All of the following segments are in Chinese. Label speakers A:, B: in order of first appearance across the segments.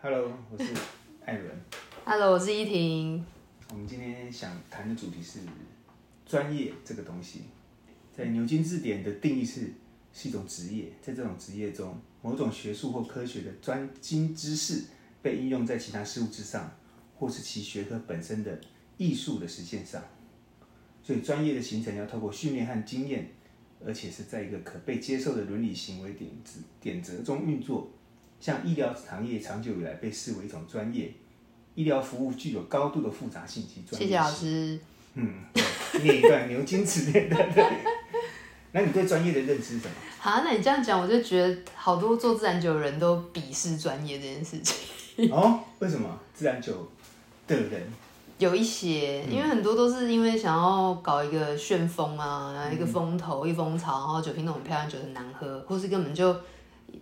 A: Hello，我是艾伦。
B: Hello，我是依婷。
A: 我们今天想谈的主题是专业这个东西。在牛津字典的定义是是一种职业，在这种职业中，某种学术或科学的专精知识被应用在其他事物之上，或是其学科本身的艺术的实现上。所以，专业的形成要透过训练和经验，而且是在一个可被接受的伦理行为点子点则中运作。像医疗行业长久以来被视为一种专业，医疗服务具有高度的复杂性及专业
B: 谢
A: 性。
B: 谢老师。
A: 嗯， 念一段牛津词典的。对那你对专业的认知是什么？
B: 好，那你这样讲，我就觉得好多做自然酒的人都鄙视专业这件事情。
A: 哦，为什么自然酒的人？
B: 有一些，因为很多都是因为想要搞一个旋风啊，然后一个风头、一风潮，然后酒瓶都很漂亮，酒很难喝，或是根本就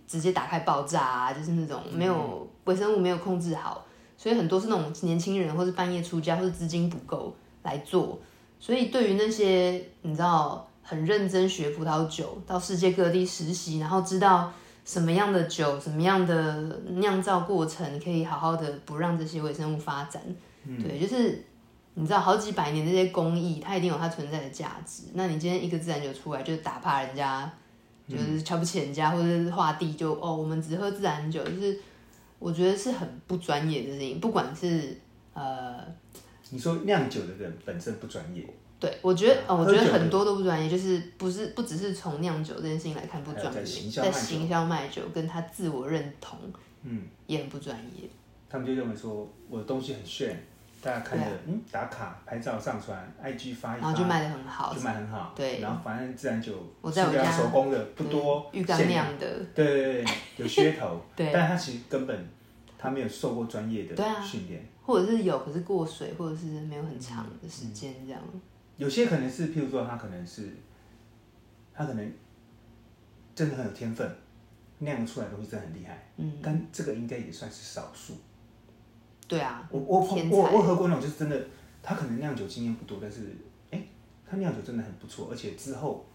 B: 直接打开爆炸啊，就是那种没有微生物没有控制好，所以很多是那种年轻人，或是半夜出家，或是资金不够来做。所以对于那些你知道很认真学葡萄酒，到世界各地实习，然后知道什么样的酒、什么样的酿造过程，可以好好的不让这些微生物发展。
A: 嗯
B: 对，就是你知道，好几百年这些工艺，它一定有它存在的价值。那你今天一个自然酒出来，就打趴人家，
A: 嗯
B: 就是瞧不起人家，或者是画地就哦，我们只喝自然酒，就是我觉得是很不专业的事情。不管是呃，
A: 你说酿酒的人本身不专业，
B: 对我觉得，哦，我
A: 喝
B: 觉
A: 酒
B: 得很多都不专业，就是不是不只是从酿酒这件事情来看不专
A: 还有在行
B: 业，
A: 销
B: 在
A: 卖酒
B: 行销卖酒跟他自我认同
A: 嗯，
B: 也很不专业。
A: 他们就认为说我的东西很炫，大家看着、嗯打卡拍照上传，IG 发一
B: 然
A: 发，
B: 后就卖的很好
A: 就，卖很好。
B: 对
A: 然后反正自然酒
B: 我在我
A: 塑料
B: 家
A: 手工的不
B: 对
A: 多，
B: 浴缸
A: 限量
B: 酿的，，
A: 对对对，对有噱头
B: 对
A: 但他其实根本他没有受过专业的
B: 对啊
A: 训练。
B: 或者是有，可是过水，或者是没有很长的时间这样。
A: 有些可能是，譬如说他可能是，他可能真的很有天分，酿出来的东西真的很厉害，
B: 嗯，
A: 但这个应该也算是少数。
B: 对啊，
A: 我我
B: 天
A: 碰
B: 才
A: 我我喝过那种，就是真的，他可能酿酒经验不多，但是哎、他酿酒真的很不错，而且之后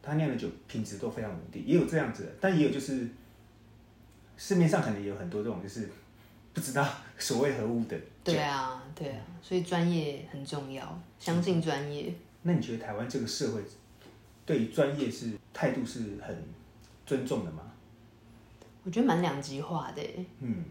A: 他酿的酒品质都非常稳定，也有这样子的，但也有就是市面上可能也有很多这种就是不知道 所谓何物的。
B: 对啊，对啊，所以专业很重要，相信专业。
A: 那你觉得台湾这个社会对于专业是态度是很尊重的吗？
B: 我觉得蛮两极化的欸。
A: 嗯，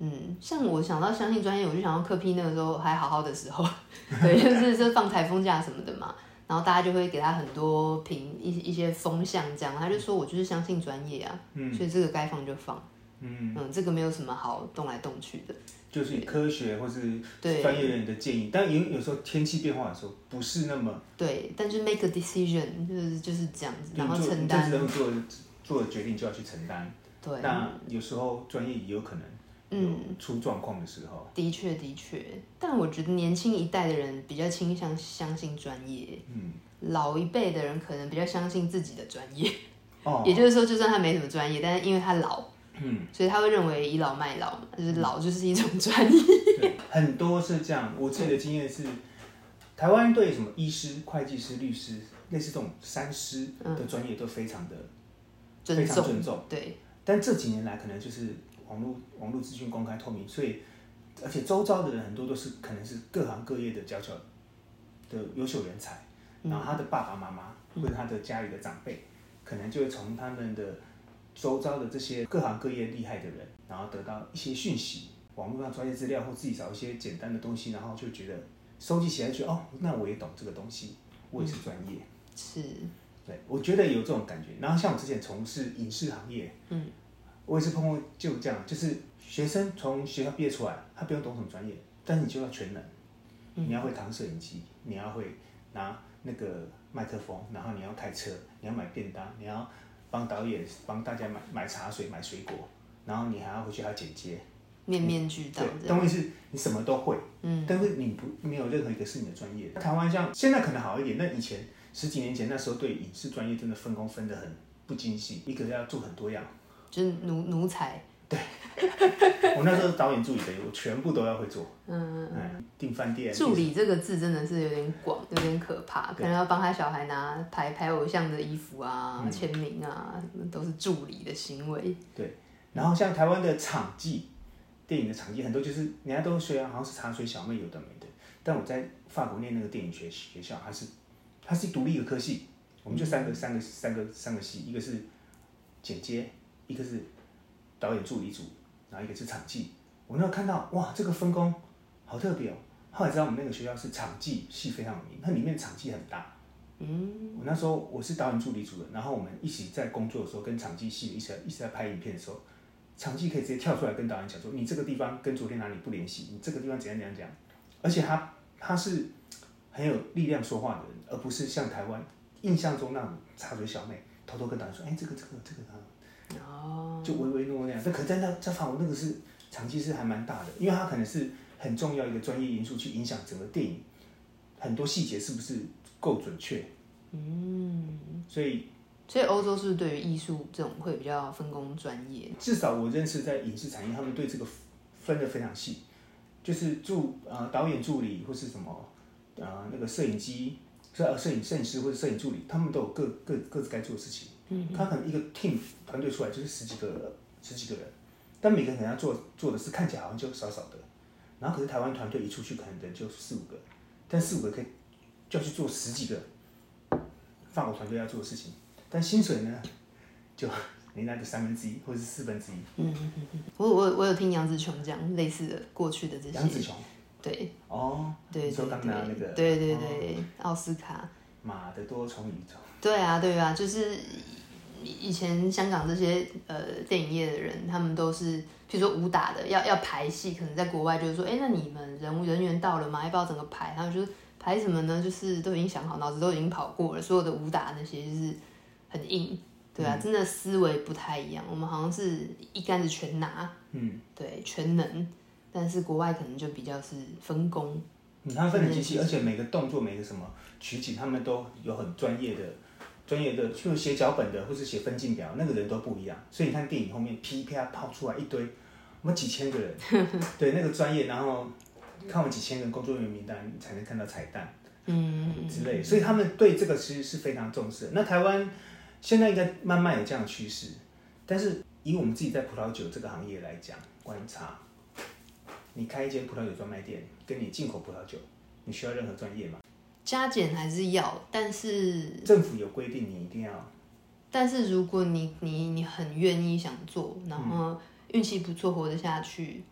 B: 嗯，像我想到相信专业，我就想到科批那个时候还好好的时候， 对，就是就放台风假什么的嘛，然后大家就会给他很多评一一些风向这样，他就说我就是相信专业啊，
A: 嗯
B: 所以这个该放就放，
A: 嗯，
B: 嗯，这个没有什么好动来动去的，
A: 就是以科学或是
B: 对
A: 专业人的建议，但也有时候天气变化的时候不是那么
B: 对，但是 make a decision 就是就是这样子，然后
A: 你做
B: 承
A: 你
B: 担
A: 政治，人物做的做的决定就要去承担。
B: 对，嗯
A: 那有时候专业也有可能有出状况的时候。
B: 的确，的确，但我觉得年轻一代的人比较倾向相信专业，
A: 嗯，
B: 老一辈的人可能比较相信自己的专业。
A: 哦，
B: 也就是说，就算他没什么专业，但是因为他老，
A: 嗯，
B: 所以他会认为倚老卖老嘛，就是老就是一种专业。
A: 对，很多是这样。我自己的经验是，台湾对什么医师、会计师、律师，类似这种三师的
B: 嗯
A: 专业都非常的、
B: 尊
A: 非
B: 重
A: 常尊重。
B: 对，
A: 但这几年来，可能就是网络网络资讯公开透明，所以而且周遭的人很多都是可能是各行各业的佼佼的优秀人才，然后他的爸爸妈妈或者他的家里的长辈，可能就会从他们的周遭的这些各行各业厉害的人，然后得到一些讯息，网络上专业资料或自己找一些简单的东西，然后就觉得收集起来，觉得哦，那我也懂这个东西，我也是专业。
B: 是，
A: 对，我觉得有这种感觉。然后像我之前从事影视行业，嗯，我也是碰过就这样，就是学生从学校毕业出来，他不用懂什么专业，但是你就要全能，你要会扛摄影机，你要会拿那个麦克风，然后你要开车，你要买便当，你要帮导演帮大家买买茶水、买水果，然后你还要回去还要剪接，
B: 面面俱到这
A: 对，
B: 样。
A: 东西是你什么都会，
B: 嗯，
A: 但是你不没有任何一个是你的专业。台湾像现在可能好一点，那以前十几年前那时候对影视专业真的分工分得很不精细，一个要做很多样。
B: 就是奴奴才，
A: 我那时候导演助理的，我全部都要会做，嗯订饭店、
B: 助理这个字真的是有点广，有点可怕，可能要帮他小孩拿排排偶像的衣服
A: 嗯
B: 啊、签、名啊，什么都是助理的行为。
A: 对，然后像台湾的场记，电影的场地很多就是人家都虽然好像是茶水小妹有的没的，但我在法国念那个电影学学校，它是它是独立的科系，我们就三个、三个三个三个系，一个是剪接，一个是导演助理组，然后一个是场记。我那时候看到哇，这个分工好特别哦。后来知道我们那个学校是场记系非常有名，它里面的场记很大。嗯，我那时候我是导演助理组的，然后我们一起在工作的时候，跟场记系一起一起在拍影片的时候，场记可以直接跳出来跟导演讲说，你这个地方跟昨天哪里不联系，你这个地方怎样怎样怎样。而且他他是很有力量说话的人，而不是像台湾印象中那种插嘴小妹偷偷跟导演说，哎、这个这个这个啊，
B: 哦，
A: 就唯唯诺啊诺那样。但可在那在法国那个是场记是还蛮大的，因为它可能是很重要一个专业因素去影响整个电影很多细节是不是够准确。嗯，所以
B: 所以欧洲是不是对于艺术这种会比较分工专业？
A: 至少我认识在影视产业，他们对这个分得非常细，就是助呃导演助理或是什么呃那个摄影机。摄呃摄影摄影师或者摄影助理，他们都有各各各自该做的事情。嗯，他可能一个 team 团队出来就是十几个十几个人，但每个人可能要做做的事看起来好像就少少的，然后可是台湾团队一出去可能人就四五个，但四五个可以就要去做十几个法国团队要做的事情，但薪水呢就人家的三分之一或者是四分之一。
B: 我我我有听杨紫琼讲类似的过去的这
A: 杨紫
B: 些，
A: 琼
B: 对
A: 哦，
B: 对
A: 你
B: 对
A: 说刚拿那
B: 对
A: 个
B: 对对
A: 哦
B: 对，奥斯卡，
A: 马的多重宇宙，
B: 对啊对啊，就是以前香港这些呃电影业的人，他们都是，譬如说武打的要要排戏，可能在国外就是说，哎、那你们人物人员到了吗？要不要整个排？他们就是排什么呢？就是都已经想好，脑子都已经跑过了，所有的武打那些就是很硬，对啊，真的思维不太一样。我们好像是一竿子全拿，
A: 嗯
B: 对，全能，但是国外可能就比较是分工，
A: 嗯，他分得极细，而且每个动作每个什么取景，他们都有很专业的。专业的，就写脚本的，或是写分镜表，那个人都不一样。所以你看电影后面噼啪跑出来一堆，我们几千 个人，对那个专业，然后看完几千个工作人员名单，你才能看到彩蛋
B: 嗯，
A: 之类的。所以他们对这个其实是非常重视的。那台湾现在应该慢慢有这样的趋势，但是以我们自己在葡萄酒这个行业来讲，观察，你开一间葡萄酒专卖店，跟你进口葡萄酒，你需要任何专业吗？
B: 加减还是要，但是
A: 政府有规定，你一定要
B: 但是如果你你你很愿意想做，然后运气不错活得下去，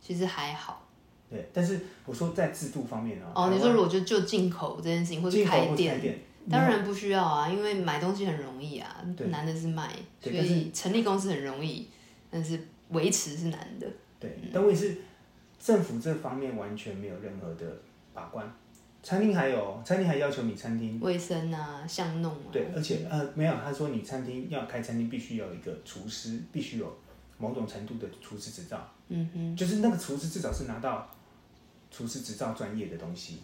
B: 其实还好。
A: 对。但是我说在制度方面呢，
B: 哦，
A: 啊台
B: 你
A: 湾
B: 说如果就就进口这件事情，或是
A: 进口
B: 开
A: 或是开店，
B: 当然不需要啊，因为买东西很容易啊，
A: 对
B: 难的是卖，所
A: 对但
B: 以成立公司很容易，但是维持是难的。
A: 对，但问题是政府这方面完全没有任何的把关。餐厅还有，餐厅还要求你餐厅
B: 卫生啊，巷弄啊，
A: 对，而且呃没有，他说你餐厅要开餐厅必须有一个厨师，必须有某种程度的厨师执照，
B: 嗯哼，
A: 就是那个厨师至少是拿到厨师执照专业的东西，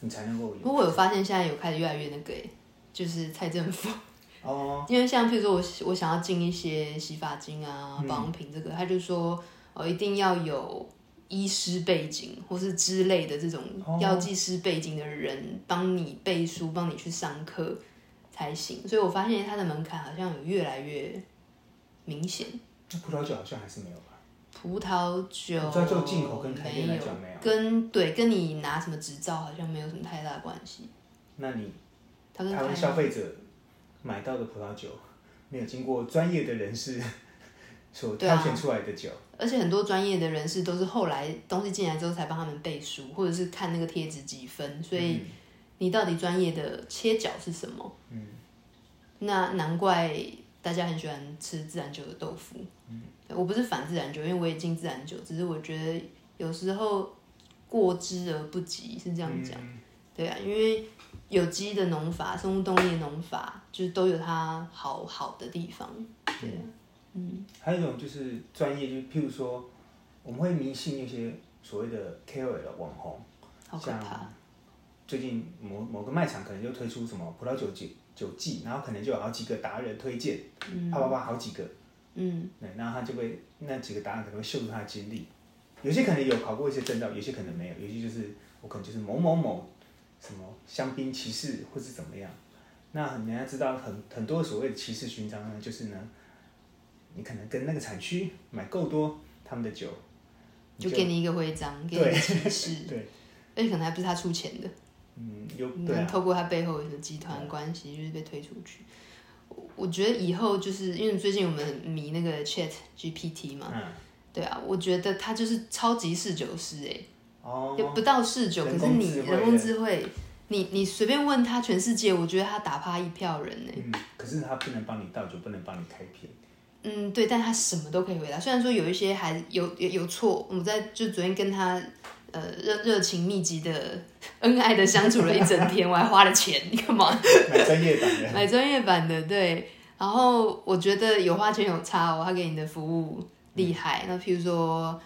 A: 你才能够有
B: 不过我有发现现在有开始越来越那个欸、就是蔡政府。
A: 哦，
B: 因为像譬如说我喜我想要进一些洗发精啊、
A: 嗯
B: 保养品这个，他就说哦一定要有医师背景或是之类的这种
A: 哦
B: 药剂师背景的人帮你背书、帮你去上课才行。所以我发现它的门槛好像有越来越明显。
A: 那葡萄酒好像还是没有吧？
B: 葡萄酒
A: 你知道就进口跟开店来
B: 没有
A: 讲没有
B: 跟对跟你拿什么执照好像没有什么太大的关系。
A: 那你
B: 它跟
A: 台
B: 开
A: 湾消费者买到的葡萄酒，没有经过专业的人士 所
B: 对啊
A: 挑选出来的酒，
B: 而且很多专业的人士都是后来东西进来之后才帮他们背书，或者是看那个贴纸几分，所以你到底专业的切角是什么？嗯，那难怪大家很喜欢吃自然酒的豆腐。嗯，我不是反自然酒，因为我也进自然酒，只是我觉得有时候过之而不及是这样讲。对啊，因为有机的农法、生物动力的农法，就是都有它好好的地方。对啊，
A: 嗯还有一种就是专业，就是譬如说，我们会迷信一些所谓的 KOL 网红，
B: 好可
A: 像
B: 怕。
A: 最近某某个卖场可能就推出什么葡萄酒酒酒季，然后可能就有好几个达人推荐，啪啪啪好几个，嗯，对，然后他就会那几个达人可能会秀出他的经历，有些可能有考过一些证照，有些可能没有，有些就是我可能就是某某某什么香槟骑士或是怎么样，那很人家知道很很多所谓的骑士勋章呢，就是呢，你可能跟那个产区买够多他们的酒，
B: 就给你一个 徽章，给你一个启示，
A: 对，
B: 而且可能还不是他出钱的，
A: 嗯，有
B: 你
A: 对
B: 能
A: 啊，
B: 透过他背后的集团关系，就是被推出去。我我觉得以后就是因为最近我们很迷那个 Chat GPT 嘛，
A: 嗯，
B: 对啊，我觉得它就是超级侍酒师哎、
A: 哦，
B: 也不到侍酒，可
A: 人
B: 是
A: 工
B: 你
A: 智慧
B: 人工智慧，你你随便问他全世界，我觉得他打趴一票人哎、
A: 嗯，可是他不能帮你倒酒，不能帮你开瓶，
B: 嗯，对，但他什么都可以回答。虽然说有一些还有有有错，我在就昨天跟他呃热热情密集的恩爱的相处了一整天，我还花了钱，你干嘛？
A: 买专业版的，
B: 买专业版的，对。然后我觉得有花钱有差哦，他给你的服务厉害。那譬如说，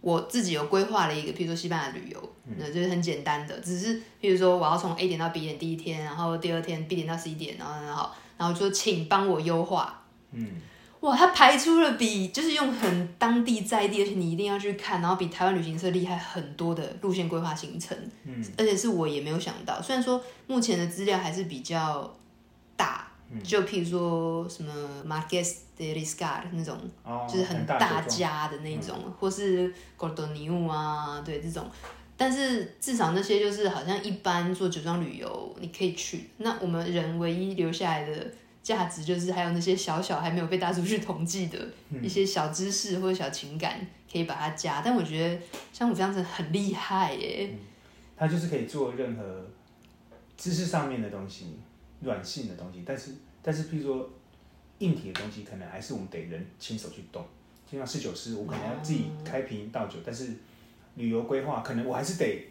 B: 我自己有规划了一个，譬如说西班牙旅游，那、就是很简单的，只是譬如说我要从 A 点到 B 点第一天，然后第二天 B 点到 C 点，然后然后然后就请帮我优化。
A: 嗯，
B: 哇，他排出了比就是用很当地在地，而且你一定要去看，然后比台湾旅行社厉害很多的路线规划行程，
A: 嗯，
B: 而且是我也没有想到。虽然说目前的资料还是比较大，就譬如说什么 Marques de Riscar 那种，
A: 哦，
B: 就是很
A: 大
B: 大
A: 酒庄
B: 家的那种，
A: 嗯
B: 或是 Gordoniu 啊，对这种。但是至少那些就是好像一般做酒庄旅游你可以去，那我们人唯一留下来的价值就是还有那些小小还没有被大数据统计的
A: 嗯
B: 一些小知识或者小情感，可以把它加。但我觉得像我这样子很厉害耶，
A: 它就是可以做任何知识上面的东西、软性的东西，但是但是，譬如说硬体的东西，可能还是我们得人亲手去动。就像侍酒师，我可能要自己开瓶倒
B: 哦
A: 酒，但是旅游规划可能我还是得，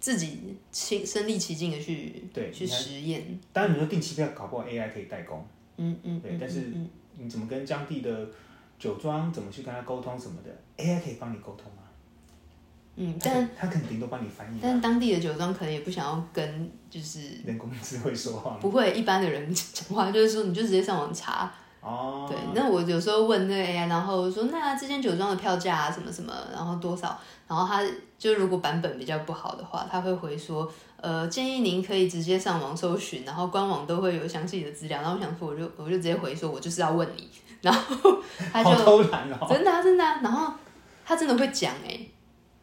B: 自己亲身临其境的去
A: 对
B: 去
A: 你看
B: 实验，
A: 当然你说定期票搞不好 AI 可以代工，
B: 嗯嗯，
A: 对
B: 嗯
A: 但是
B: 嗯嗯
A: 你怎么跟当地的酒庄怎么去跟他沟通什么的，AI 可以帮你沟通啊，
B: 嗯，
A: 它
B: 但
A: 可它肯定都帮你翻译啊、
B: 但当地的酒庄可能也不想要跟就是
A: 人工智慧说 话
B: 不会一般的人讲话，就是说你就直接上网查。
A: 哦，
B: 对，那我有时候问那个 AI，然后说那这间酒庄的票价啊什么什么，然后多少，然后他就如果版本比较不好的话，他会回说呃建议您可以直接上网搜寻，然后官网都会有详细的资料。然后我想说我就我就直接回说我就是要问你，然后他就
A: 好偷懒哦。
B: 真的、啊、真的、啊，然后他 真的会讲哎、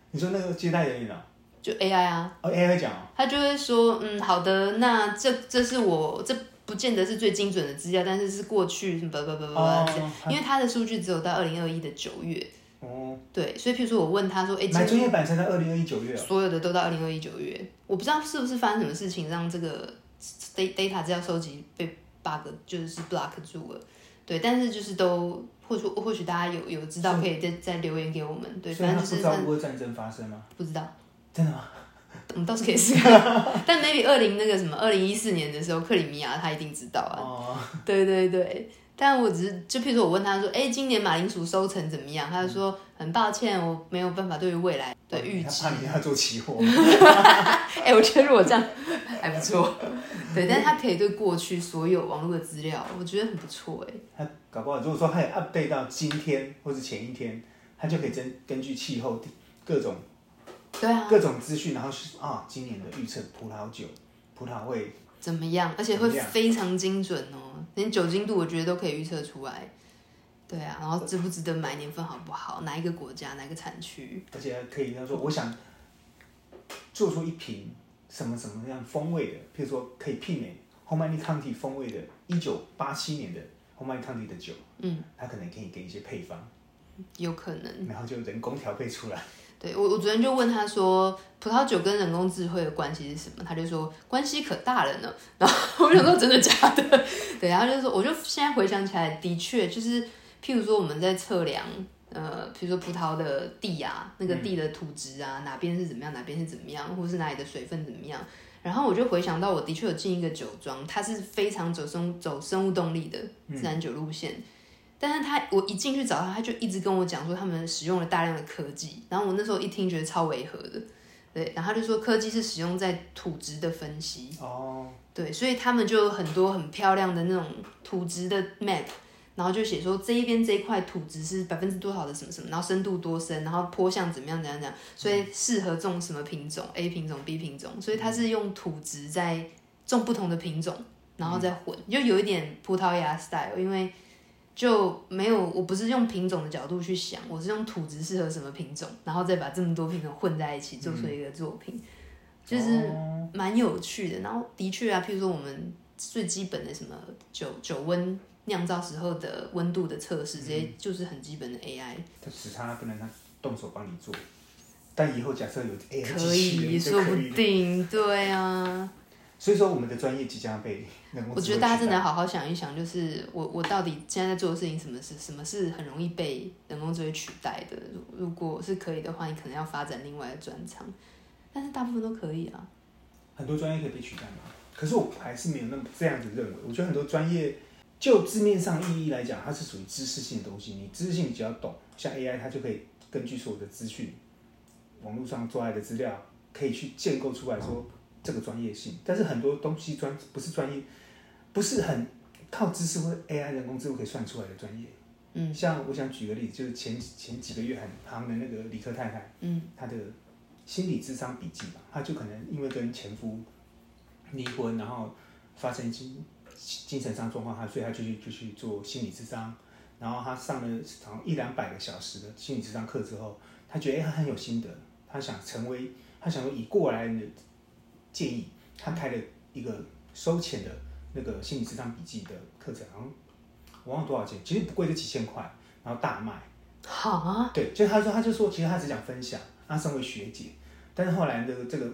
A: 你说那个接待人员啊，
B: 就 AI 啊，
A: 哦 AI 会讲哦，
B: 他就会说，嗯，好的，那这这是我这不见得是最精准的资料，但是是过去什么叭叭叭叭叭，
A: 哦
B: 因为他的数据只有到二零二一的九月，
A: 哦。
B: 对，所以譬如说我问他说，哎、
A: 买
B: 今
A: 专业
B: 天
A: 版才在二零二一九月哦，
B: 所有的都到二零二一九月，我不知道是不是发生什么事情让这个 data data 资料收集被 bug 就是 block 住了，对，但是就是都或许或许大家有有知道可以再再留言给我们，嗯对，
A: 所以
B: 反
A: 他
B: 正
A: 不知
B: 就是
A: 道
B: 看
A: 乌俄战争发生吗？
B: 不知道。
A: 真的吗？
B: 我嗯们倒是可以试 看，但 maybe 二零那个什么，二零一四年的时候，克里米亚他一定知道啊。
A: 哦，
B: 对对对，但我只是就譬如说我问他说，哎、今年马铃薯收成怎么样？他就说很抱歉，我没有办法对于未来的预期
A: 哦他。怕你要做期货，
B: 哎、我觉得如果这样还不错， 对，但是他可以对过去所有网络的资料，我觉得很不错哎、
A: 他搞不好如果说他有 update 到今天或是前一天，他就可以根根据气候地各种
B: 对啊，
A: 各种资讯，然后是啊，今年的预测葡萄酒葡萄会
B: 怎么样？而且会
A: 怎么样
B: 非常精准哦，连酒精度我觉得都可以预测出来。对啊，然后值不值得买，年份好不好，哪一个国家，哪个产区。
A: 而且可以他说我想做出一瓶什么什么样风味的，譬如说可以媲美 h o m a n i County 风味的1987年的 h o m a n i County 的酒，嗯，他可能可以给一些配方，
B: 有可能，
A: 然后就人工调配出来。
B: 对我我昨天就问他说，葡萄酒跟人工智慧的关系是什么？他就说关系可大了呢。然后 我就说真的假的？对，然后就说我就现在回想起来，的确就是，譬如说我们在测量，呃，譬如说葡萄的地啊，那个地的土质啊，哪边是怎么样，哪边是怎么样，或是哪里的水分怎么样。然后我就回想到，我的确有进一个酒庄，它是非常走生走生物动力的自然酒路线，但是他我一进去找他，他就一直跟我讲说他们使用了大量的科技，然后我那时候一听觉得超违和的，对，然后他就说科技是使用在土质的分析，
A: 哦，
B: 对，所以他们就有很多很漂亮的那种土质的 map，然后就写说这一边这一块土质是百分之多少的什么什么，然后深度多深，然后坡向怎么样怎样怎样，所以适合种什么品种 A 品种 B 品种，所以它是用土质在种不同的品种，然后再混，就有一点葡萄牙 style，因为就没有，我不是用品种的角度去想，我是用土质适合什么品种，然后再把这么多品种混在一起做出一个作品，就是蛮有趣的。然后的确啊，譬如说我们最基本的什么酒酒温酿造时候的温度的测试，这些就是很基本的 AI。
A: 他只差不能他动手帮你做，但以后假设有哎 AI
B: 可
A: 机器
B: 以，
A: 人就
B: 说
A: 可
B: 不
A: 以了
B: 定，对啊。
A: 所以说，我们的专业即将被人工
B: 我
A: 智
B: 觉
A: 慧
B: 得大家
A: 取
B: 真
A: 代
B: 的好好想一想，就是我我到底现在在做的事情，什么是什么是很容易被人工智慧取代的？如如果是可以的话，你可能要发展另外的专长，但是大部分都可以啊。
A: 很多专业可以被取代嘛。可是我还是没有那么这样子认为。我觉得很多专业就字面上意义来讲，它是属于知识性的东西。你知识性只要懂，像 AI 它就可以根据所有的资讯、网络上做来的资料，可以去建构出来说
B: 嗯
A: 这个专业性。但是很多东西专不是专业，不是很靠知识或者 AI 人工智能可以算出来的专业。
B: 嗯
A: 像我想举个例子，就是前前几个月很行的那个理科太太，
B: 嗯，
A: 她的心理智商笔记吧，她就可能因为跟前夫离婚，然后发生精精神上状况，她所以她就去就去做心理智商，然后她上了好像一两百个小时的心理智商课之后，她觉得哎、她很有心得，她想成为，她想说以过来人的建议，她开了一个收钱的那个心理智商笔记的课程，好像我忘了多少钱，其实不贵，就几千块，然后大卖。
B: 好啊，
A: 对，就他说，他就说，其实他只想分享，他身为学姐，但是后来的这个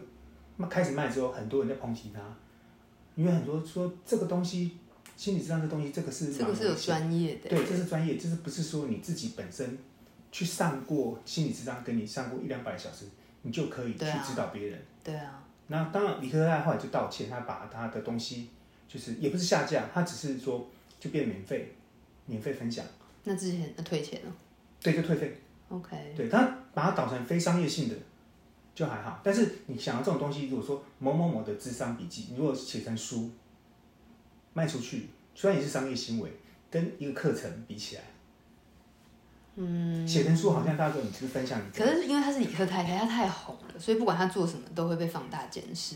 A: 卖开始卖之后，很多人在抨击他，因为很多说这个东西，心理智商这东西，这个是
B: 这个是有专业的，
A: 对，这是专业，就是不是说你自己本身去上过心理智商，跟你上过一两百小时，你就可以去
B: 对啊
A: 指导别人。
B: 对啊，
A: 那当然，李克泰后来就道歉，他把他的东西就是也不是下架，他只是说就变免费，免费分享，
B: 那之前那退钱了
A: 对，就退费。
B: ，OK，
A: 对他把它导成非商业性的就还好，但是你想要这种东西，如果说某某某的智商笔记，你如果写成书卖出去，虽然也是商业行为，跟一个课程比起来，嗯，写成书好像大家说你是分享你
B: 可是因为他是理科太太，他太红了，所以不管他做什么都会被放大检视。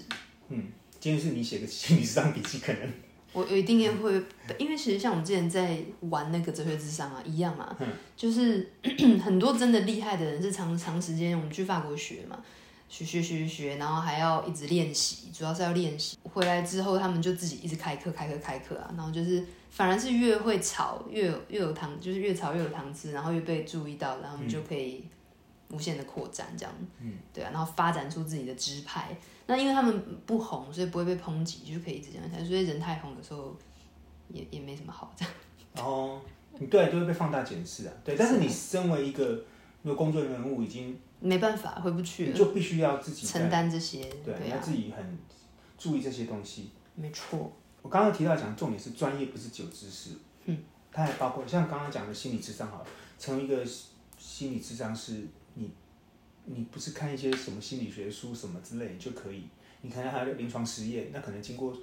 A: 嗯，今天是你写个 心理智商笔记，可 能
B: 我我一定也会，因为其实像我们之前在玩那个哲学智商啊，一样嘛，就是 很多真的厉害的人是长长时间我们去法国学嘛，学学学学学，然后还要一直练习，主要是要练习。回来之后，他们就自己一直开课开课开课啊，然后就是反而是越会吵越有越有糖，就是越吵越有糖吃，然后越被注意到，然后他们就可以无限的扩展这样，嗯，对啊，然后发展出自己的支派。那因为他们不红，所以不会被抨击，就可以一直这样下去。所以人太红，有时候也也没什么好这样。
A: 然后
B: 哦
A: 你哦对啊就会被放大检视啊，对，但是你身为一个如果公众人物，已经
B: 没办法，回不去
A: 你
B: 了，
A: 就必须嗯要自己
B: 承担这些，
A: 对，你要
B: 啊，
A: 自己很注意这些东西。
B: 没错，
A: 我刚刚提到讲重点是专业，不是只有知识。嗯，它还包括像刚刚讲的心理智商好了，成为一个心理智商师，你你不是看一些什么心理学书什么之类就可以，你可能还有临床实验，那可能经过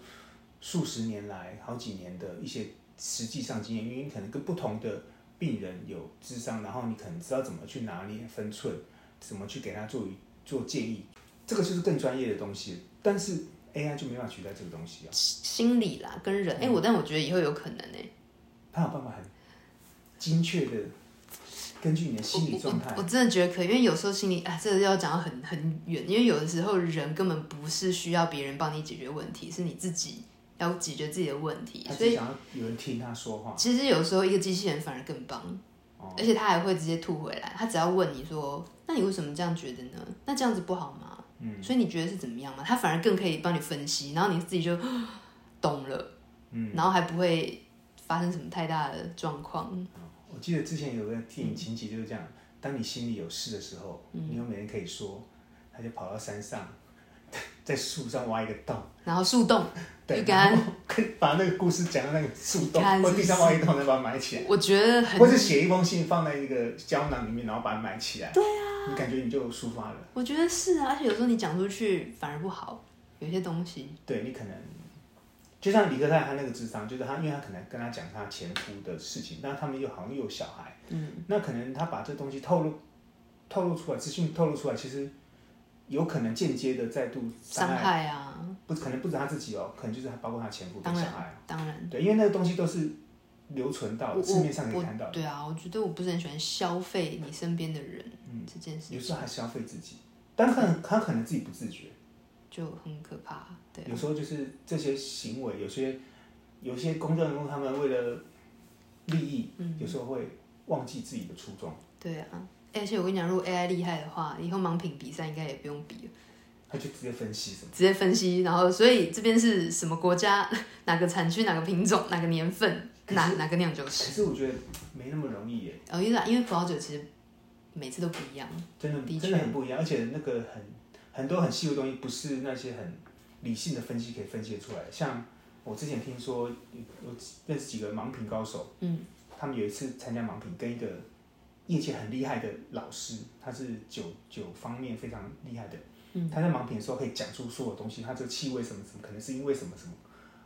A: 数十年来好几年的一些实际上经验，因为你可能跟不同的病人有智商，然后你可能知道怎么去拿捏分寸，怎么去给他做做建议，这个就是更专业的东西。但是 AI 就没办法取代这个东西啊。
B: 心理啦跟人，哎、
A: 嗯
B: 我但我觉得以后有可能哎、
A: 他有办法很精确的根据你的心理
B: 我
A: 状态
B: 我，我真的觉得可以，因为有时候心理啊，这个要讲到很很远，因为有的时候人根本不是需要别人帮你解决问题，是你自己要解决自己的问题，
A: 他
B: 所以
A: 只想要有人听他说话。
B: 其实有时候一个机器人反而更棒，
A: 哦
B: 而且他还会直接吐回来。他只要问你说：“那你为什么这样觉得呢？那这样子不好吗？”嗯，所以你觉得是怎么样吗？他反而更可以帮你分析，然后你自己就 懂了，嗯，然后还不会发生什么太大的状况。
A: 我记得之前有个电影情节就是这样：当你心里有事的时候，你又没人可以说，他就跑到山上，在树上挖一个洞，
B: 然后树洞，
A: 对，
B: 玉干
A: 然后跟把那个故事讲到那个树
B: 你
A: 洞，
B: 看
A: 或
B: 是不
A: 地
B: 是
A: 上挖一个洞，再把它埋起来，
B: 我觉得很
A: 或，是写一封信放在一个胶囊里面，然后把它埋起来。对啊，你感觉你就抒发了，
B: 我觉得是啊，而且有时候你讲出去反而不好，有些东西，
A: 对你可能就像李克泰他那个智商，就是他因为他可能跟他讲他前夫的事情，那他们又好像又有小孩，嗯，那可能他把这东西透露透露出来，资讯透露出来，其实有可能间接的再度伤害，
B: 伤害啊，
A: 不可能不止他自己哦，可能就是他包括他前夫跟
B: 当
A: 小
B: 然
A: 孩，
B: 当然，
A: 对，因为那个东西都是留存到
B: 我
A: 市面上可
B: 我
A: 以看到，
B: 对啊，我觉得我不是很喜欢消费你身边的人、
A: 嗯
B: 这件事
A: 有时
B: 情，
A: 候还消费自己，但可能他可能自己不自觉，
B: 就很可怕。对，啊
A: 有时候就是这些行为，有些有些公众人物他们为了利益，
B: 嗯
A: 有时候会忘记自己的初衷，
B: 对啊。而且我跟你讲，如果 AI 厉害的话，以后盲品比赛应该也不用比了，
A: 他就直接分析什么，
B: 直接分析。然后，所以这边是什么国家、 哪个产区、哪个品种、哪个年份、
A: 可是
B: 哪哪个酿酒
A: 可
B: 师。
A: 是我觉得没那么容易耶，
B: 哦，因为因为葡萄酒其实每次都不一样，
A: 真
B: 的
A: 的
B: 确
A: 真的很不一样，而且那个很很多很细微的东西，不是那些很理性的分析可以分析得出来的。像我之前听说，我认识几个盲品高手，
B: 嗯，
A: 他们有一次参加盲品，跟一个业界很厉害的老师，他是酒酒方面非常厉害的，
B: 嗯，
A: 他在盲品的时候可以讲出所有东西，他这个气味什么什么，可能是因为什么什么。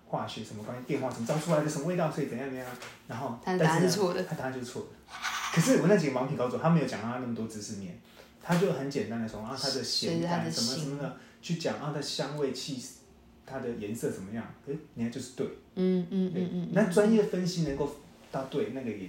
A: 化学什么关系变化什么造出来的什么味道，所以怎样怎样，然后
B: 但
A: 哦但是
B: 是答案
A: 呢
B: 是错的。
A: 他答案就是错的。可是我那几个盲品高手，他没有讲到他那么多知识面，他就很简单的从啊它的
B: 随
A: 咸
B: 着它的
A: 淡什么什么的去讲啊它的香味气息，它的颜色怎么样，可是人家就是对。
B: 嗯嗯嗯嗯，
A: 那专业分析能够到对那个也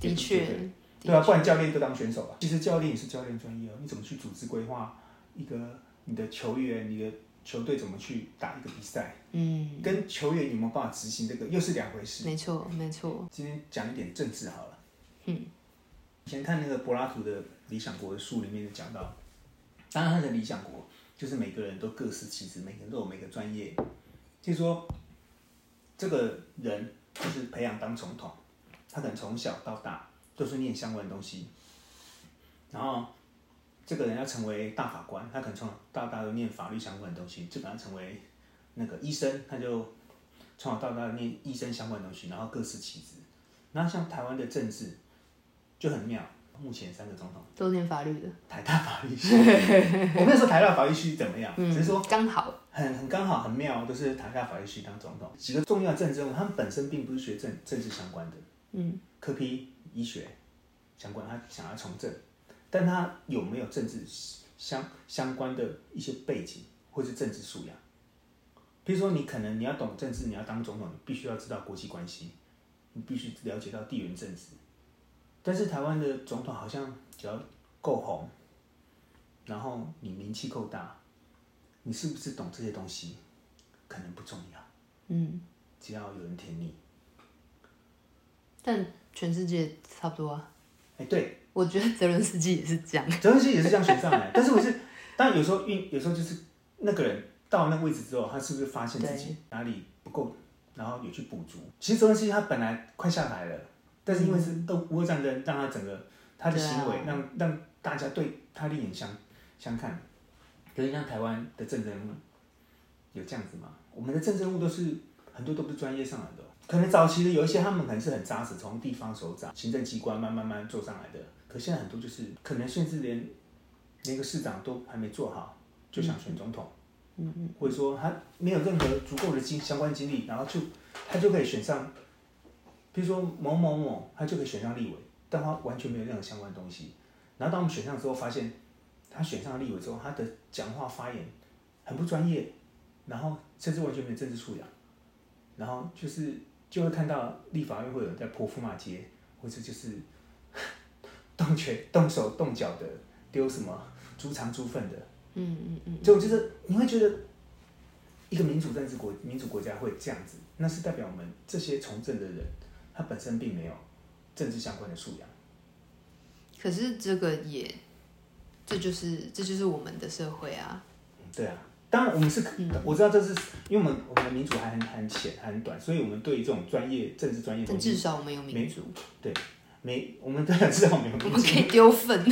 B: 的确，
A: 对啊，不然教练都当选手吧。其实教练也是教练专业哦，你怎么去组织规划一个你的球员、你的球队怎么去打一个比赛，
B: 嗯，
A: 跟球员有没有办法执行这个又是两回事。
B: 没错没错，
A: 今天讲一点政治好了。嗯，以前看那个柏拉图的《理想国》的书里面就讲到，当然他的理想国就是每个人都各司其职，每个人都有每个专业，就是说这个人就是培养当总统，他可能从小到大都是念相关的东西，然后。这个人要成为大法官，他可能从小到大都念法律相关的东西；这个人要成为那个医生，他就从小到大念医生相关的东西，然后各司其职。然后像台湾的政治就很妙，目前三个总统，
B: 都念法律的，
A: 台大法律系，我没有说台大法律系怎么样，只是说
B: 刚好，
A: 很很刚好很妙，都是台大法律系当总统。几个重要的政治人物，他们本身并不是学政政治相关的，嗯，科批医学相关，他想要从政，但他有没有政治相相关的一些背景或是政治素养？比如说，你可能你要懂政治，你要当总统，你必须要知道国际关系，你必须了解到地缘政治。但是台湾的总统好像只要够红，然后你名气够大，你是不是懂这些东西，可能不重要，
B: 嗯，
A: 只要有人挺你。
B: 但全世界差不多啊。
A: 哎，对，
B: 我觉得泽伦斯基也是这样，
A: 泽连斯基也是这样选上 来，但是我是，但有时候运，有时候就是那个人到那个位置之后，他是不是发现自己哪里不够，然后有去补足。其实泽连斯基他本来快下台了，但是因为是俄乌俄战争，让他整个他的行为
B: 对啊
A: 让让大家对他另眼相相看。可是像台湾的政治人物有这样子吗？我们的政治人物都是很多都不是专业上来的哦，可能早期的有一些他们可能是很扎实，从地方首长、行政机关慢慢慢慢做上来的。可现在很多就是可能甚至连连个市长都还没做好，就想选总统，嗯嗯，或者说他没有任何足够的经相关经历，然后就他就可以选上，比如说某某某，他就可以选上立委，但他完全没有任何相关的东西。然后当我们选上之后，发现他选上立委之后，他的讲话发言很不专业，然后甚至完全没有政治素养，然后就是就会看到立法院会有人在泼妇骂街，或者就是 动拳动手动脚的，丢什么猪肠猪粪的，
B: 嗯嗯嗯，
A: 就就是你会觉得一个民主政治国民主国家会这样子，那是代表我们这些从政的人，他本身并没有政治相关的素养。
B: 可是这个也，这就是这就是我们的社会啊，
A: 对啊，嗯当然我们是，我知道这是因为我们我们的民主还很很浅还很短，所以我们对于这种专业政治专业的
B: 但
A: 东西
B: 至少我们有民主，
A: 没，我们当然知道我们有
B: 我
A: 民
B: 们
A: 主，
B: 可以丢粪，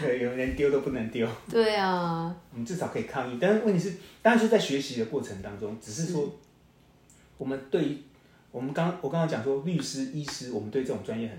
A: 对，有人丢都不能丢，
B: 对啊，
A: 我们至少可以抗议。但是问题是，当然是在学习的过程当中，只是说我们对于我们刚我刚刚讲说律师、医师，我们对这种专业很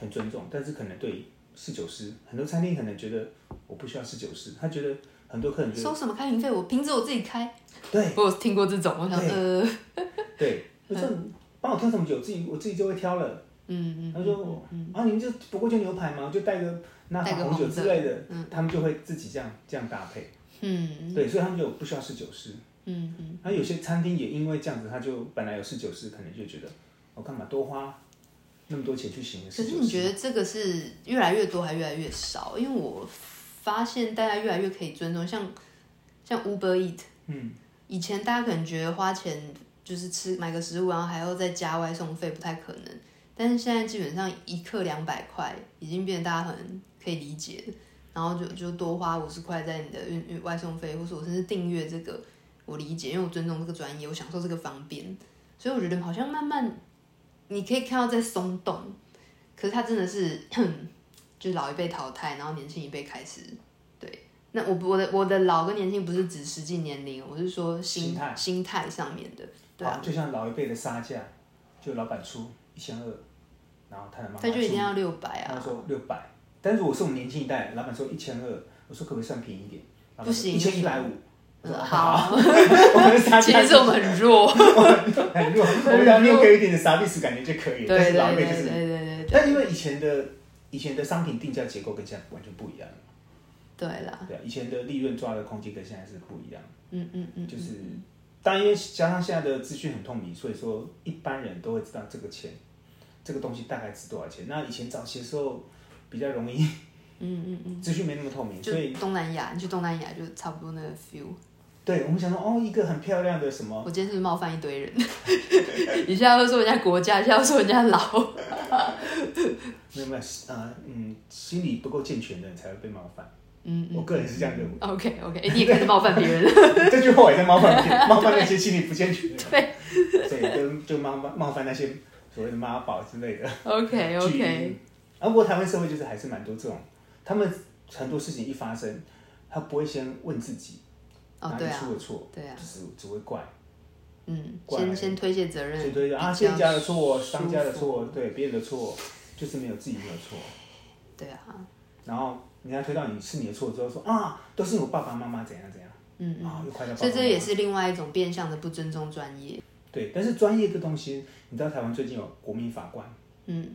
A: 很尊重，但是可能对侍酒师，很多餐厅可能觉得我不需要侍酒师，他觉得很多客人觉得
B: 收什么开瓶费？我瓶子我自己开，
A: 对。
B: 我有听过这种，我想
A: 对
B: 呃，
A: 对，我说你帮我挑什么酒，自己我自己就会挑了。
B: 嗯嗯嗯，
A: 他说，啊，你们就不过就牛排嘛，就带个那
B: 带
A: 法
B: 个
A: 红酒
B: 红的
A: 之类的，他们就会自己这样这样搭配。
B: 嗯
A: 对，所以他们就不需要侍酒师。
B: 嗯，
A: 然后有些餐厅也因为这样子，他就本来有侍酒师，可能就觉得我干嘛多花那么多钱去行的
B: 可
A: 事
B: 是
A: 情。
B: 你觉得这个是越来越多还越来越少？因为我发现大家越来越可以尊重，像像 Uber Eat，嗯，以前大家可能觉得花钱就是吃买个食物，然后还要再加外送费，不太可能。但是现在基本上一克两百块，已经变得大家很可以理解的，然后就就多花五十块在你的运运外送费，或是我甚至订阅这个，我理解，因为我尊重这个专业，我享受这个方便，所以我觉得好像慢慢你可以看到在松动。可是他真的是， 就是老一辈淘汰，然后年轻一辈开始。对，那我我的我的老跟年轻不是指实际年龄，我是说心
A: 心态
B: 心态上面的。对啊，
A: 好就像老一辈的杀价，就老板出一千二，然后他的妈妈
B: 他就一定
A: 出
B: 要六百
A: 他
B: 啊，
A: 说六百，但如果是我们年轻一代，老板说一千二，我说可不可以算便宜一点？
B: 不行
A: 一千一百五。我
B: 嗯
A: 说，啊
B: 好，
A: 我们杀
B: 其
A: 价
B: 实 我们很弱，
A: 很弱，我们只要给一点点傻逼死感觉就可以了。但
B: 对对
A: 是老
B: 对
A: 一辈就
B: 对
A: 是，
B: 对对
A: 但因为以前的以前的商品定价结构跟现在完全不一样，
B: 对啦，
A: 对啊，以前的利润抓的空间跟现在是不一样，
B: 嗯嗯嗯，
A: 就是。当然，因为加上现在的资讯很透明，所以说一般人都会知道这个钱，这个东西大概值多少钱。那以前早期的时候比较容易，嗯嗯嗯，资讯没那么透明，
B: 就
A: 所以
B: 东南亚，你去东南亚就差不多那个 feel。
A: 对，我们想说，哦，一个很漂亮的什么，
B: 我今天是不是冒犯一堆人？ 一下又说人家国家，一下又说人家老，
A: 没有没有，呃，嗯，心理不够健全的人才会被冒犯。
B: 嗯
A: 我个人是这样认为。
B: ，OK OK，你也开始冒犯别 人了。
A: 这句话我也在冒犯别人冒犯那些心理不健 全的人。对，所以就就冒犯冒犯那些所谓的妈宝之类的。
B: OK
A: 巨
B: OK，
A: 婴啊，不过台湾社会就是还是蛮多这种，他们很多事情一发生，他不会先问自己
B: 哦
A: 哪里
B: 对啊
A: 出了错，
B: 对啊，
A: 只只会怪，
B: 嗯，
A: 怪
B: 先先推卸责任，
A: 所以对啊，
B: 比较
A: 店家的错，
B: 舒
A: 商家的
B: 服
A: 错，对别人的错，就是没有自己没有错。
B: 对啊，
A: 然后人家推到你是你的错之后说啊，都是我爸爸妈妈怎样怎样，
B: 嗯嗯，
A: 啊，又快到爸爸
B: 所以
A: 妈
B: 这
A: 妈。
B: 也是另外一种变相的不尊重专业，
A: 对，但是专业的东西，你知道台湾最近有国民法官，
B: 嗯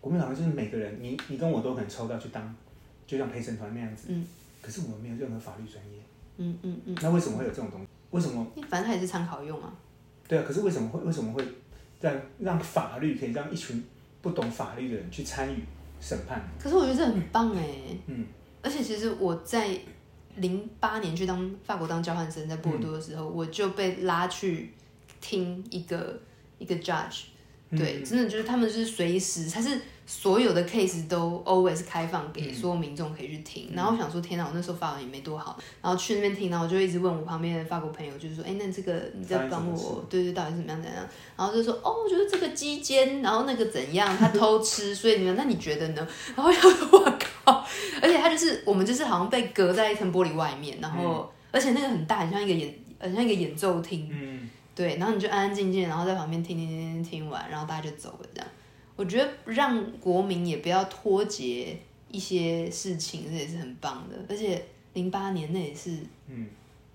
A: 国民法官就是每个人，你你跟我都可能抽到去当，就像陪审团那样子。
B: 嗯。
A: 可是我们没有任何法律专业，
B: 嗯嗯嗯，
A: 那为什么会有这种东西？为什么？
B: 因为反正它也是参考用啊，
A: 对啊，可是为什么会为什么会让让法律可以让一群不懂法律的人去参与审判？
B: 可是我觉得这很棒哎、
A: 嗯，
B: 而且其实我在零八年去当法国当交换生，在波尔多的时
A: 嗯
B: 候，我就被拉去听一个一个 judge，
A: 嗯
B: 对，真的就是他们就是随时，他是所有的 case 都 always 开放
A: 嗯
B: 给所有民众可以去听。然后我想说，天哪，我那时候法文也没多好，然后去那边听，然后我就一直问我旁边的法国朋友，就是说，哎，那这个你在帮
A: 发生什么
B: 我，对对，到底是怎么样怎样？然后就说，哦，我觉得这个鸡奸，然后那个怎样，他偷吃，所以你们那你觉得呢？ 然后我想说，我靠，而且他就是我们就是好像被隔在一层玻璃外面，然后、而且那个很大，很像一个演，很像一个演奏厅。
A: 嗯，
B: 对，然后你就安安静静，然后在旁边听听听听听完，然后大家就走了这样。我觉得让国民也不要脱节一些事情，这也是很棒的。而且零八年那也是，
A: 嗯，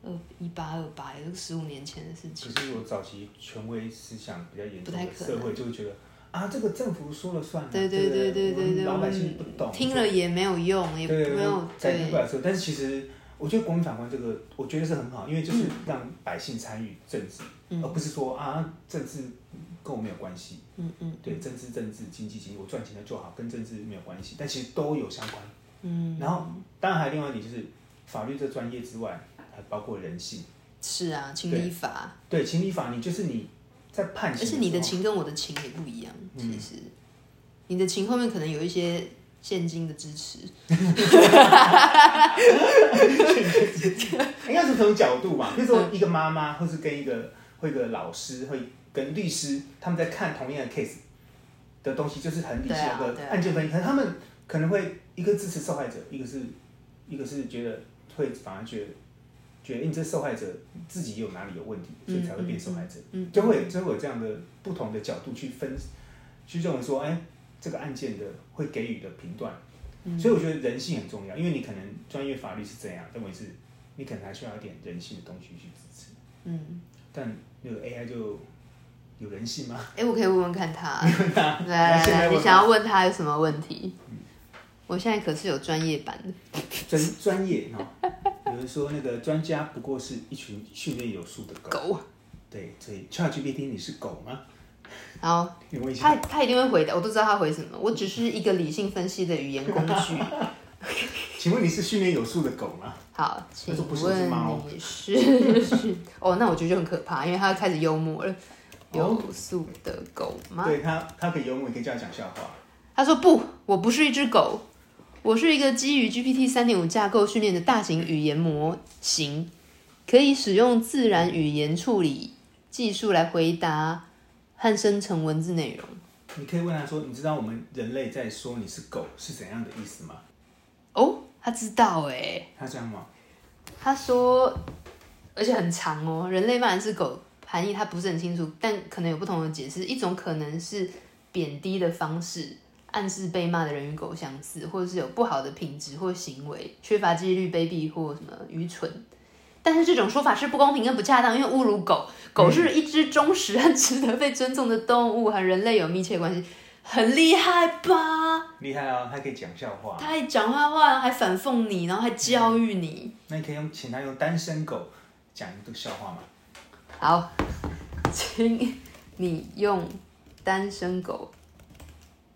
B: 二一八二八，也是十五年前的事情。
A: 可是我早期权威思想比较严重
B: 不太
A: 的
B: 可
A: 社会就会觉得啊，这个政府说了算了，啊
B: 对
A: 对
B: 对对对
A: 不我
B: 对
A: 们
B: 对，
A: 老
B: 我
A: 百姓
B: 们
A: 不懂，
B: 听了也没有用，也
A: 对，
B: 没有
A: 改变
B: 对
A: 不了但是其实我觉得国民法官这个，我觉得是很好，因为
B: 嗯
A: 就是让百姓参与政治，而不是说啊政治跟我没有关系。
B: 嗯嗯，
A: 对，政治政治，经济经济，我赚钱的就好，跟政治没有关系，但其实都有相关。嗯，然后当然还有另外一点就是，法律这专业之外，还包括人性。
B: 是啊，情
A: 对嗯
B: 理法，
A: 对，情理法，你就是你在判
B: 而
A: 刑，
B: 且你的，情跟我的情也不一样，
A: 嗯
B: 其实你的情后面可能有一些现金的支持。
A: 应该是从角度吧，比如说
B: 嗯
A: 一个妈妈，或是跟一个或一个老师，会跟律师，他们在看同样的 case 的东西，就是很理性
B: 对啊
A: 的
B: 对啊
A: 案件分析，可能他们可能会一个支持受害者，一个是一个是觉得会反而觉得。觉得你这受害者自己有哪里有问题，所以才会变受害者，
B: 嗯嗯嗯
A: 就会就会有这样的不同的角度去分，去认为说，哎，这个案件的会给予的评断，所以我觉得人性很重要，因为你可能专业法律是这样，认为是你可能还需要一点人性的东西去支持。
B: 嗯，
A: 但那个 AI 就有人性吗？
B: 哎、我可以问问看他，来
A: 啊那
B: 来
A: 现在
B: 来，
A: 问嗯
B: 你想要问他有什么问题？我现在可是有专业版的，
A: 专专业哈、有人说那个专家不过是一群训练有素的狗。
B: 狗
A: 对，所以 ChatGPT 你是狗吗？
B: 然后
A: 你问一下，
B: 他他一定会回答，我都知道他回什么。我只是一个理性分析的语言工具。
A: 请问你是训练有素的狗吗？
B: 好，请
A: 他说不是
B: 问你是 是哦？那我觉得就很可怕，因为他开始幽默了。
A: 哦
B: 有素的狗吗？
A: 对它，它可以幽默，你可以叫它讲笑话。
B: 他说不，我不是一只狗，我是一个基于 GPT 三点五架构训练的大型语言模型，可以使用自然语言处理技术来回答和生成文字内容。
A: 你可以问它说：“你知道我们人类在说你是狗是怎样的意思吗
B: 哦，他知道哎、？”
A: 它这样吗？
B: 他说，而且很长哦。人类骂人是狗含义他不是很清楚，但可能有不同的解释。一种可能是贬低的方式，暗示被骂的人与狗相似，或者是有不好的品质或行为，缺乏纪律、卑鄙或什么愚蠢。但是这种说法是不公平跟不恰当，因为侮辱狗，狗是一只忠实和值得被尊重的动物，和人类有密切关系，很厉害吧？
A: 厉害哦，它可以讲笑话。
B: 他还讲坏话，还反讽你，然后还教育你。
A: 那你可以用请它用单身狗讲一个笑话吗？
B: 好，请你用单身狗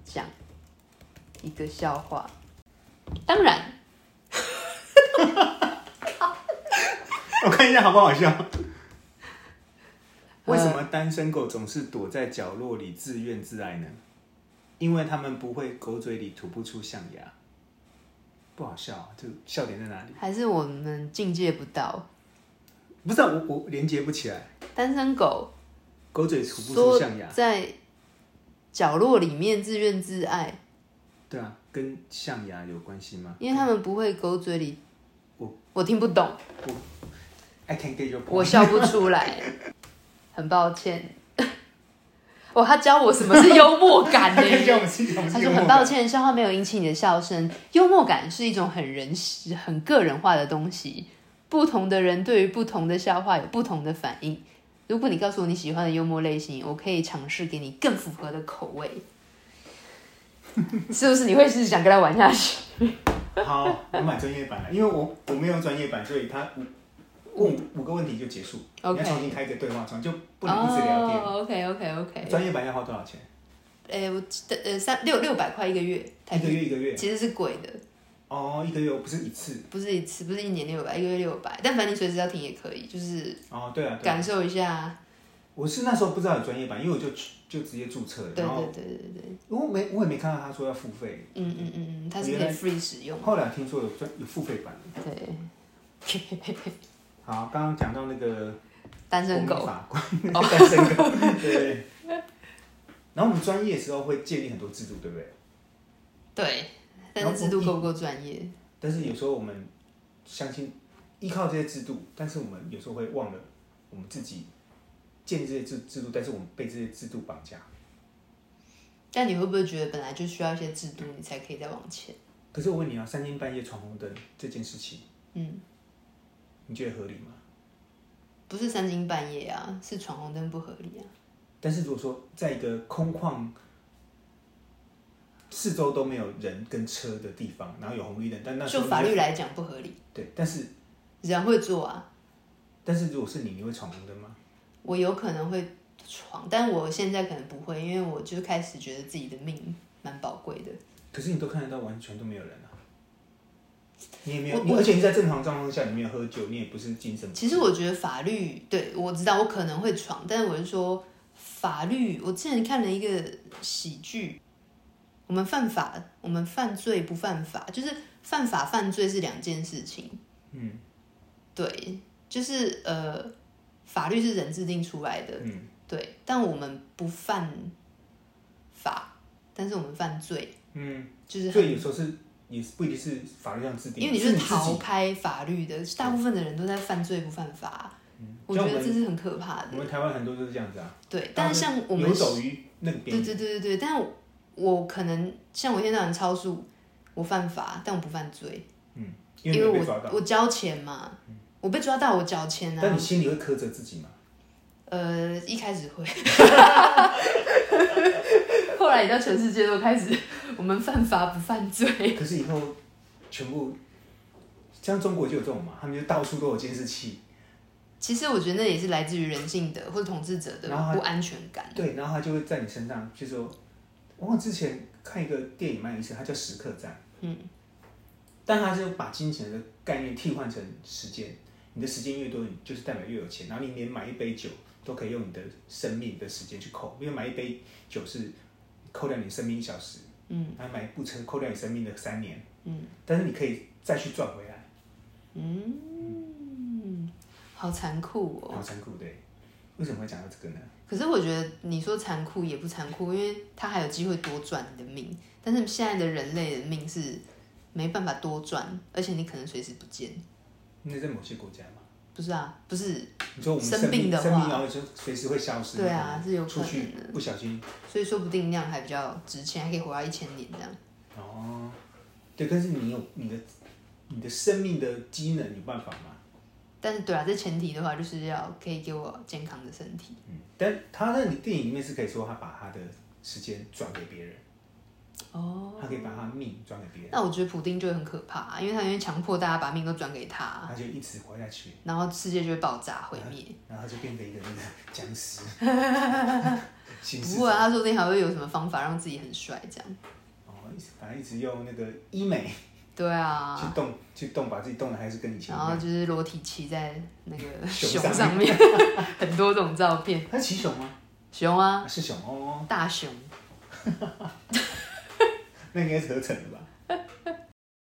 B: 讲一个笑话。当然，
A: 我看一下好不好 笑。为什么单身狗总是躲在角落里自怨自艾呢？因为它们不会狗嘴里吐不出象牙。不好笑啊，就笑点在哪里？
B: 还是我们境界不到。
A: 不是、啊、我我连接不起来，
B: 单身狗
A: 狗嘴吐不出
B: 说
A: 象牙。
B: 在角落里面自怨自艾，
A: 对啊，跟象牙有关系吗
B: 因为他们不会狗嘴里。
A: 我
B: 我听不懂，
A: ？I can get your
B: 我
A: point。
B: 笑不出 来，很抱歉。 哇，他教我什么是幽默感
A: 他
B: 呢、
A: 可以叫我们欣赏我们
B: 他
A: 是
B: 说
A: 幽
B: 很
A: 默
B: 抱
A: 感。
B: 歉，笑话没有引起你的笑声。幽默感是一种很人、很个人化的东西，不同的人对于不同的笑话有不同的反应。如果你告诉我你喜欢的幽默类型，我可以尝试给你更符合的口 味。是不是你会是想跟他玩下去？
A: 好，我买专业版了，因为我我没有专业版，所以他五问五个问题就结束。你
B: OK
A: 要重新开一个对话窗，就不能一直聊天。
B: o k OK OK。
A: 专业版要花多少钱？
B: 哎、哦我记得呃三六六百块一个月，台
A: 一个
B: 币
A: 月一个月。
B: 其实是贵的，
A: 哦，一个月我不是一次。
B: 不是一次，不是一年六百，一个月六百，但反正你随时要停也可以，就是
A: 哦，对啊，对啊。
B: 感受一下。
A: 我是那时候不知道有专业版，因为我就就直接注册了，
B: 对
A: 然
B: 对
A: 后
B: 对对对。
A: 因为我没我也没看到他说要付费，
B: 嗯嗯嗯，嗯，它是可
A: 原
B: 以
A: 来
B: free 使用。
A: 后来听说有专有付费版。
B: 对，
A: 好，刚刚讲到那个
B: 单身
A: 国民
B: 狗。
A: 法官单身狗，对。然后我们专业的时候会建立很多制度，对不对？
B: 对，但是制度够不够专业？
A: 但是有时候我们相信依靠这些制度，但是我们有时候会忘了我们自己建立这些制制度，但是我们被这些制度绑架。
B: 但你会不会觉得本来就需要一些制度，你才可以再往前？
A: 可是我问你啊，三更半夜闯红灯这件事情，
B: 嗯，
A: 你觉得合理吗？
B: 不是三更半夜啊，是闯红灯不合理啊。
A: 但是如果说在一个空旷、四周都没有人跟车的地方，然后有红绿灯，但那时
B: 就
A: 候
B: 法律
A: 你
B: 来讲不合理，
A: 对，但是
B: 人会做啊，
A: 但是如果是你，你会闯红灯吗？
B: 我有可能会闯，但我现在可能不会，因为我就开始觉得自己的命蛮宝贵的。
A: 可是你都看得到，完全都没有人啊。你也没有，
B: 我
A: 你
B: 我
A: 而且你在正常状况下，你没有喝酒，你也不是精神不
B: 其实我觉得法律，对我知道我可能会闯，但是我是说法律。我之前看了一个喜剧，我们犯法，我们犯罪不犯法，就是犯法犯罪是两件事情。
A: 嗯
B: 对，就是呃，法律是人制定出来的，
A: 嗯
B: 对，但我们不犯法，但是我们犯罪，
A: 嗯，
B: 就是
A: 所以有时候是也是不一定是法律上制定的，
B: 因为你
A: 是
B: 是
A: 你自
B: 逃
A: 己。
B: 开法律的，大部分的人都在犯罪不犯法，
A: 嗯
B: 我觉
A: 像
B: 得
A: 们
B: 这是很可怕的
A: 我。们台湾很多都是这样子啊，
B: 对，
A: 大家
B: 但是嗯像我们
A: 游走于那个边
B: 对
A: 缘。
B: 对对对对，但我我可能像我一天到晚超速，我犯法，但我不犯罪，
A: 嗯，因
B: 因
A: 为你
B: 为
A: 没被抓
B: 我
A: 到，嗯
B: 我交钱嘛，我被抓到我交钱
A: 但
B: 啊
A: 你。心里会苛责自己 嘛？
B: 呃，一 开始会，后来也到全世界都开始，我们犯法不犯罪。
A: 可是以后全部，像中国就有这种嘛，他们就到处都有监视器，
B: 其实我觉得那也是来自于人性的或者统治者的
A: 然后还
B: 不安全感。
A: 对，然后他就会在你身上，就说，我忘了之前看一个电影蛮有意思，它叫《时刻战》。嗯。但他就把金钱的概念替换成时间，你的时间越多，你就是代表越有钱。然后你连买一杯酒都可以用你的生命的时间去扣，因为买一杯酒是扣掉你生命一小时，嗯，然后买一部车扣掉你生命的三年，嗯，但是你可以再去赚回来。
B: 好残酷哦！
A: 好残酷，对。为什么会讲到这个呢？
B: 可是我觉得你说残酷也不残酷，因为他还有机会多赚你的命。但是现在的人类的命是没办法多赚，而且你可能随时不见。
A: 那在某些国家嘛，
B: 不是啊，不是，
A: 你说我们
B: 生
A: 生
B: 病
A: 命
B: 的
A: 生
B: 话
A: 命然后就随时会消失，
B: 对啊，是有可
A: 出
B: 能
A: 去
B: 的。
A: 不小心
B: 所以说不定那样还比较值钱，还可以活到一千年这样。
A: 哦，对，但是你有你的你的生命的机能有办法吗？
B: 但是对啊，这前提的话就是要可以给我健康的身体。
A: 嗯，但他在你电影里面是可以说他把他的时间转给别人，
B: 哦，
A: 他可以把他命转给别人，
B: 那我觉得普丁就会很可怕、因为他因为强迫大家把命都转给他，
A: 他就一直活下去，
B: 然后世界就会爆炸毁灭。
A: 然后他就变成一个那个僵 尸，行尸
B: 不会啊，他说不定还会有什么方法让自己很帅这样。
A: 哦，一直反正一直用那个医美
B: 对啊，哦
A: 去动、去动，把自己动的还是跟以前一
B: 然后
A: 样。
B: 就是裸体骑在那个
A: 熊
B: 熊
A: 上
B: 上面， 很多种照片。
A: 他是骑熊吗？
B: 熊啊，
A: 啊是熊哦，
B: 大熊，
A: 那应该是合成的吧？